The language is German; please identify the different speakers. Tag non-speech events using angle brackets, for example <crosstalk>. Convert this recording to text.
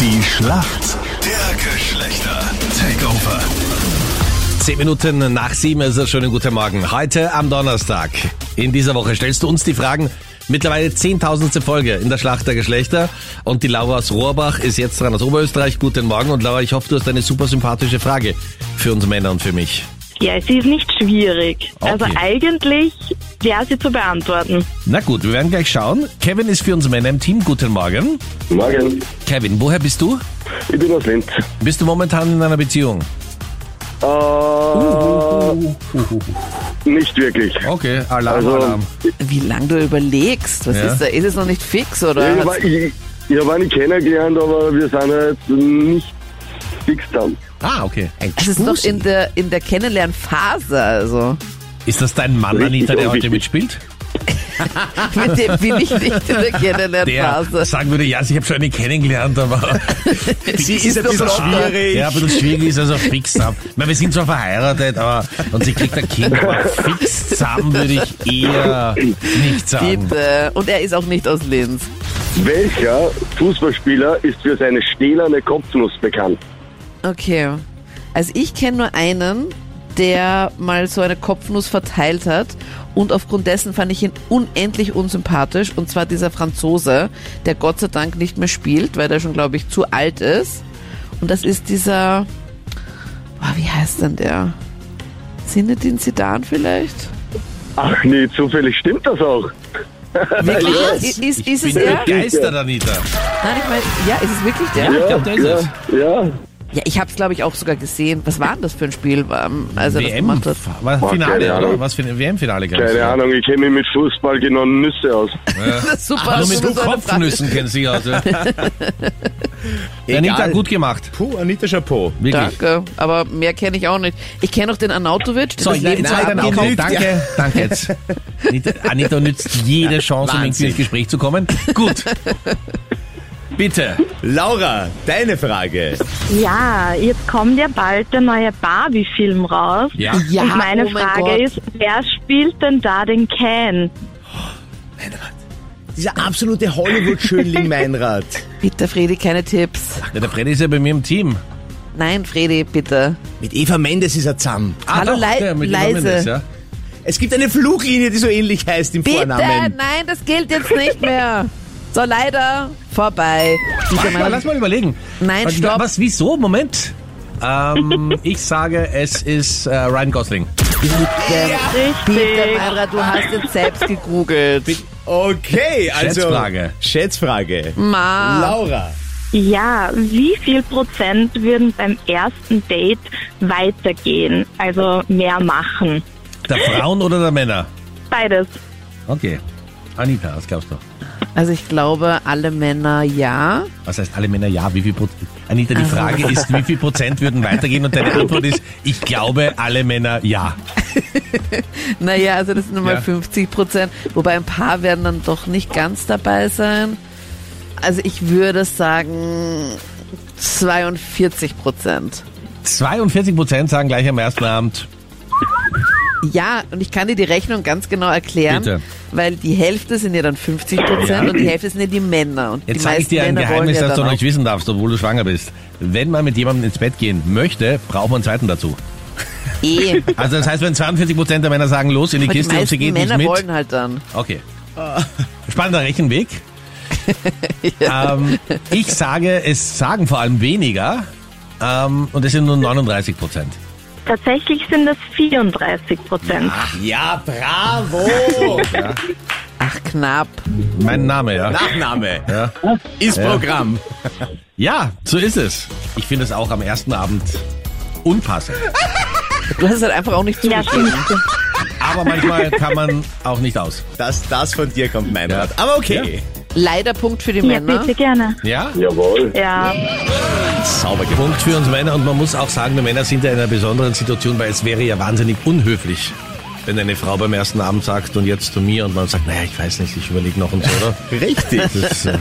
Speaker 1: Die Schlacht der Geschlechter. Takeover.
Speaker 2: Zehn Minuten nach sieben ist es. Schönen guten Morgen. Heute am Donnerstag. In dieser Woche stellst du uns die Fragen. Mittlerweile zehntausendste Folge in der Schlacht der Geschlechter. Und die Laura aus Rohrbach ist jetzt dran aus Oberösterreich. Guten Morgen. Und Laura, ich hoffe, du hast eine super sympathische Frage für uns Männer und für mich.
Speaker 3: Ja, sie ist nicht schwierig.
Speaker 2: Okay.
Speaker 3: Also eigentlich wäre sie zu beantworten.
Speaker 2: Na gut, wir werden gleich schauen. Kevin ist für uns Männer im Team. Guten Morgen.
Speaker 4: Morgen,
Speaker 2: Kevin, woher bist du?
Speaker 4: ich bin aus Linz.
Speaker 2: Bist du momentan in einer Beziehung?
Speaker 4: Äh, Nicht wirklich.
Speaker 2: Okay, Alarm,
Speaker 4: Also,
Speaker 2: Alarm.
Speaker 5: Wie lange du überlegst, was
Speaker 2: Ja.
Speaker 5: ist da? Ist es noch nicht fix oder?
Speaker 4: Ich, war, ich, ich habe ihn kennengelernt, aber wir sind jetzt nicht fix dann.
Speaker 2: Ah, okay. Ein
Speaker 5: es ist noch in der, in der Kennenlernphase, also.
Speaker 2: Ist das dein Mann, Anita, der heute mitspielt?
Speaker 5: Mit dem bin ich nicht in der
Speaker 2: der
Speaker 5: Kennenlernphase.
Speaker 2: sagen würde, ja, ich habe schon eine kennengelobt,
Speaker 5: <laughs>
Speaker 2: aber
Speaker 5: Sie ist doch locker.
Speaker 2: schwierig. Ja, ein bisschen schwierig ist also fix zusammen. Ich meine, wir sind zwar verheiratet, aber und sie kriegt ein Kind, aber fix zusammen würde ich eher nicht sagen.
Speaker 5: Bitte. Und er ist auch nicht aus Linz.
Speaker 4: Welcher Fußballspieler ist für seine stählerne Kopfnuss bekannt?
Speaker 5: Okay. Also ich kenne nur einen, der mal so eine Kopfnuss verteilt hat und aufgrund dessen fand ich ihn unendlich unsympathisch und zwar dieser Franzose, der Gott sei Dank nicht mehr spielt, weil der schon glaube ich zu alt ist und das ist dieser boah, wie heißt denn der? Sinedin Zidane vielleicht?
Speaker 4: Ach nee, zufällig stimmt das auch.
Speaker 5: Wirklich? Ist, ist, ist es
Speaker 2: Äh, Bin
Speaker 5: der?
Speaker 2: begeistert, Anita.
Speaker 5: Nein, ich meine, ja, ist es wirklich der?
Speaker 2: Ja, ich glaube, der ist
Speaker 4: ja,
Speaker 2: es.
Speaker 4: ja.
Speaker 5: Ja, ich habe es glaube ich auch sogar gesehen. Was war denn das für ein Spiel, ähm, als er das
Speaker 2: WM,
Speaker 5: gemacht hat?
Speaker 2: was,
Speaker 4: Boah,
Speaker 2: Finale,
Speaker 4: keine
Speaker 2: oder?
Speaker 4: Ahnung.
Speaker 2: Was für ein WM-Finale gab
Speaker 4: Keine Ahnung, ich kenne mich mit Fußball genau Nüsse aus.
Speaker 5: Super,
Speaker 2: Nur mit
Speaker 5: so eine Frage.
Speaker 2: Kopfnüssen kennst du dich
Speaker 5: <laughs>
Speaker 2: aus. ja. Anita, gut gemacht.
Speaker 6: Puh, Anita Chapeau.
Speaker 2: Wirklich.
Speaker 5: Danke, aber mehr kenne ich auch nicht. Ich kenne auch den Arnautovic.
Speaker 2: So,
Speaker 5: das
Speaker 2: ich nehme
Speaker 5: Leben
Speaker 2: zwei
Speaker 5: war
Speaker 2: dann auch.
Speaker 5: abgekauft.
Speaker 2: Danke, danke
Speaker 5: <laughs>
Speaker 2: jetzt. Anita- Anita nützt jede Chance, um irgendwie
Speaker 6: Wahnsinn.
Speaker 2: ins Gespräch zu kommen. Gut. Bitte.
Speaker 6: Laura, deine Frage.
Speaker 3: Ja, jetzt kommt ja bald der neue Barbie-Film raus.
Speaker 2: Ja.
Speaker 5: Ja,
Speaker 3: Und meine
Speaker 5: oh mein
Speaker 3: Frage
Speaker 5: Gott.
Speaker 3: ist, wer spielt denn da den Ken?
Speaker 6: Dieser absolute <laughs> Hollywood-Schönling Meinrad.
Speaker 5: Bitte, Fredi, keine Tipps.
Speaker 2: Ja, der Freddy ist ja bei mir im Team.
Speaker 5: Nein, Fredi, bitte.
Speaker 6: Mit Eva Mendes ist er zusammen.
Speaker 2: Ah,
Speaker 5: Hallo, lei-
Speaker 2: der mit Eva
Speaker 5: leise.
Speaker 2: Mendes, ja.
Speaker 6: Es gibt eine Fluglinie, die so ähnlich heißt im
Speaker 5: Bitte,
Speaker 6: Vornamen.
Speaker 5: nein, das gilt jetzt nicht mehr. So, leider vorbei. Bitte,
Speaker 2: Warte mal, lass mal überlegen.
Speaker 5: Nein,
Speaker 2: was,
Speaker 5: stopp.
Speaker 2: Was, wieso? Moment.
Speaker 5: <laughs>
Speaker 2: Ähm, ich sage, es ist äh, Ryan Gosling.
Speaker 5: bitte,
Speaker 3: Richtig.
Speaker 5: Mara, du hast jetzt selbst gegoogelt.
Speaker 6: Okay, also.
Speaker 2: Schätzfrage.
Speaker 6: Schätzfrage.
Speaker 5: Ma,
Speaker 6: Laura.
Speaker 3: Ja, wie viel Prozent würden beim ersten Date weitergehen? Also mehr machen?
Speaker 2: Der Frauen oder der Männer?
Speaker 3: Beides.
Speaker 2: Okay. Anita, was glaubst du?
Speaker 5: also ich glaube, alle Männer ja.
Speaker 2: Was heißt alle Männer ja? Wie viel Prozent? Anita, die Frage ist, wie viel Prozent würden weitergehen? Und deine Antwort ist, ich glaube, alle Männer ja.
Speaker 5: Naja, also das sind nochmal
Speaker 2: Ja.
Speaker 5: 50 Prozent. Wobei ein paar werden dann doch nicht ganz dabei sein. Also ich würde sagen 42 Prozent.
Speaker 2: 42 Prozent sagen gleich am ersten Abend,
Speaker 5: Ja, und ich kann dir die Rechnung ganz genau erklären,
Speaker 2: Bitte.
Speaker 5: weil die Hälfte sind ja dann 50 Prozent und die Hälfte sind ja die Männer. Und
Speaker 2: Jetzt
Speaker 5: die
Speaker 2: sage ich
Speaker 5: meisten
Speaker 2: dir ein
Speaker 5: Männer wollen
Speaker 2: Geheimnis,
Speaker 5: ja
Speaker 2: das du
Speaker 5: dann
Speaker 2: noch nicht wissen darfst, obwohl du schwanger bist. Wenn man mit jemandem ins Bett gehen möchte, braucht man einen zweiten dazu. <laughs>
Speaker 5: auch eh.
Speaker 2: Also das heißt, wenn 42% der Männer sagen, los in die
Speaker 5: Aber die
Speaker 2: Kiste und sie
Speaker 5: meisten
Speaker 2: geht
Speaker 5: Männer
Speaker 2: nicht mit.
Speaker 5: wollen halt dann.
Speaker 2: Okay. <laughs> Spannender
Speaker 5: <laughs>
Speaker 2: Rechenweg. ähm, ich sage, es sagen vor allem weniger ähm, und es sind nur 39%.
Speaker 3: Tatsächlich sind es 34 Prozent.
Speaker 6: Ja, <laughs> bravo.
Speaker 5: Ach, knapp.
Speaker 2: Mein Name, ja.
Speaker 6: Nachname. Ist Programm.
Speaker 2: Ja, so ist es. Ich finde es auch am ersten Abend unpassend.
Speaker 5: Du hast es halt einfach auch nicht
Speaker 3: Ja,
Speaker 5: zugegeben.
Speaker 2: Aber
Speaker 5: <laughs>
Speaker 2: manchmal kann man auch nicht aus.
Speaker 6: Dass das von dir kommt, Meinrad. Aber okay.
Speaker 5: Leider Punkt für die
Speaker 3: Ja,
Speaker 5: Männer.
Speaker 3: bitte gerne.
Speaker 2: Ja?
Speaker 4: Jawohl.
Speaker 3: Ja,
Speaker 6: Sauber gemacht.
Speaker 2: Punkt für uns Männer und man muss auch sagen, wir Männer sind ja in einer besonderen Situation, weil es wäre ja wahnsinnig unhöflich, wenn eine Frau beim ersten Abend sagt und jetzt zu mir und man sagt, naja, ich weiß nicht, ich überlege noch und so, oder?
Speaker 6: Richtig.
Speaker 2: Das, äh,